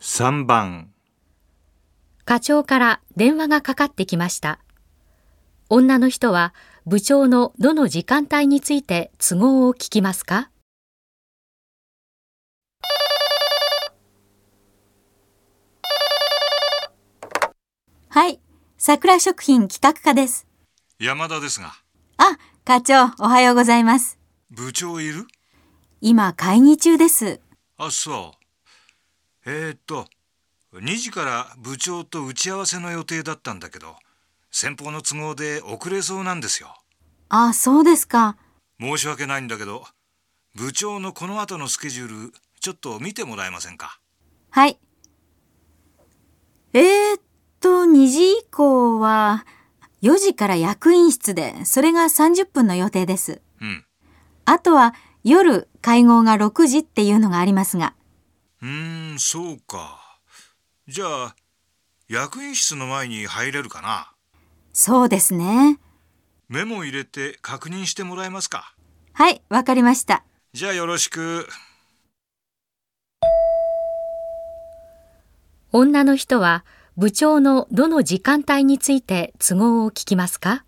3番課長から電話がかかってきました。女の人は部長のどの時間帯について都合を聞きますかはい、桜食品企画課です。山田ですがあ、課長、おはようございます。部長いる今、会議中です。あそうえー、っと2時から部長と打ち合わせの予定だったんだけど先方の都合で遅れそうなんですよあ、そうですか。申し訳ないんだけど部長のこの後のスケジュールちょっと見てもらえませんかはい。えー、っと、2時以降は、4時から役員室で、それが30分の予定です。うんあとは、夜、会合が6時っていうのがありますが。うーんそうかじゃあ役員室の前に入れるかなそうですね。メモ入れて確認してもらえますかはい、わかりました。じゃあよろしく女の人は部長のどの時間帯について都合を聞きますか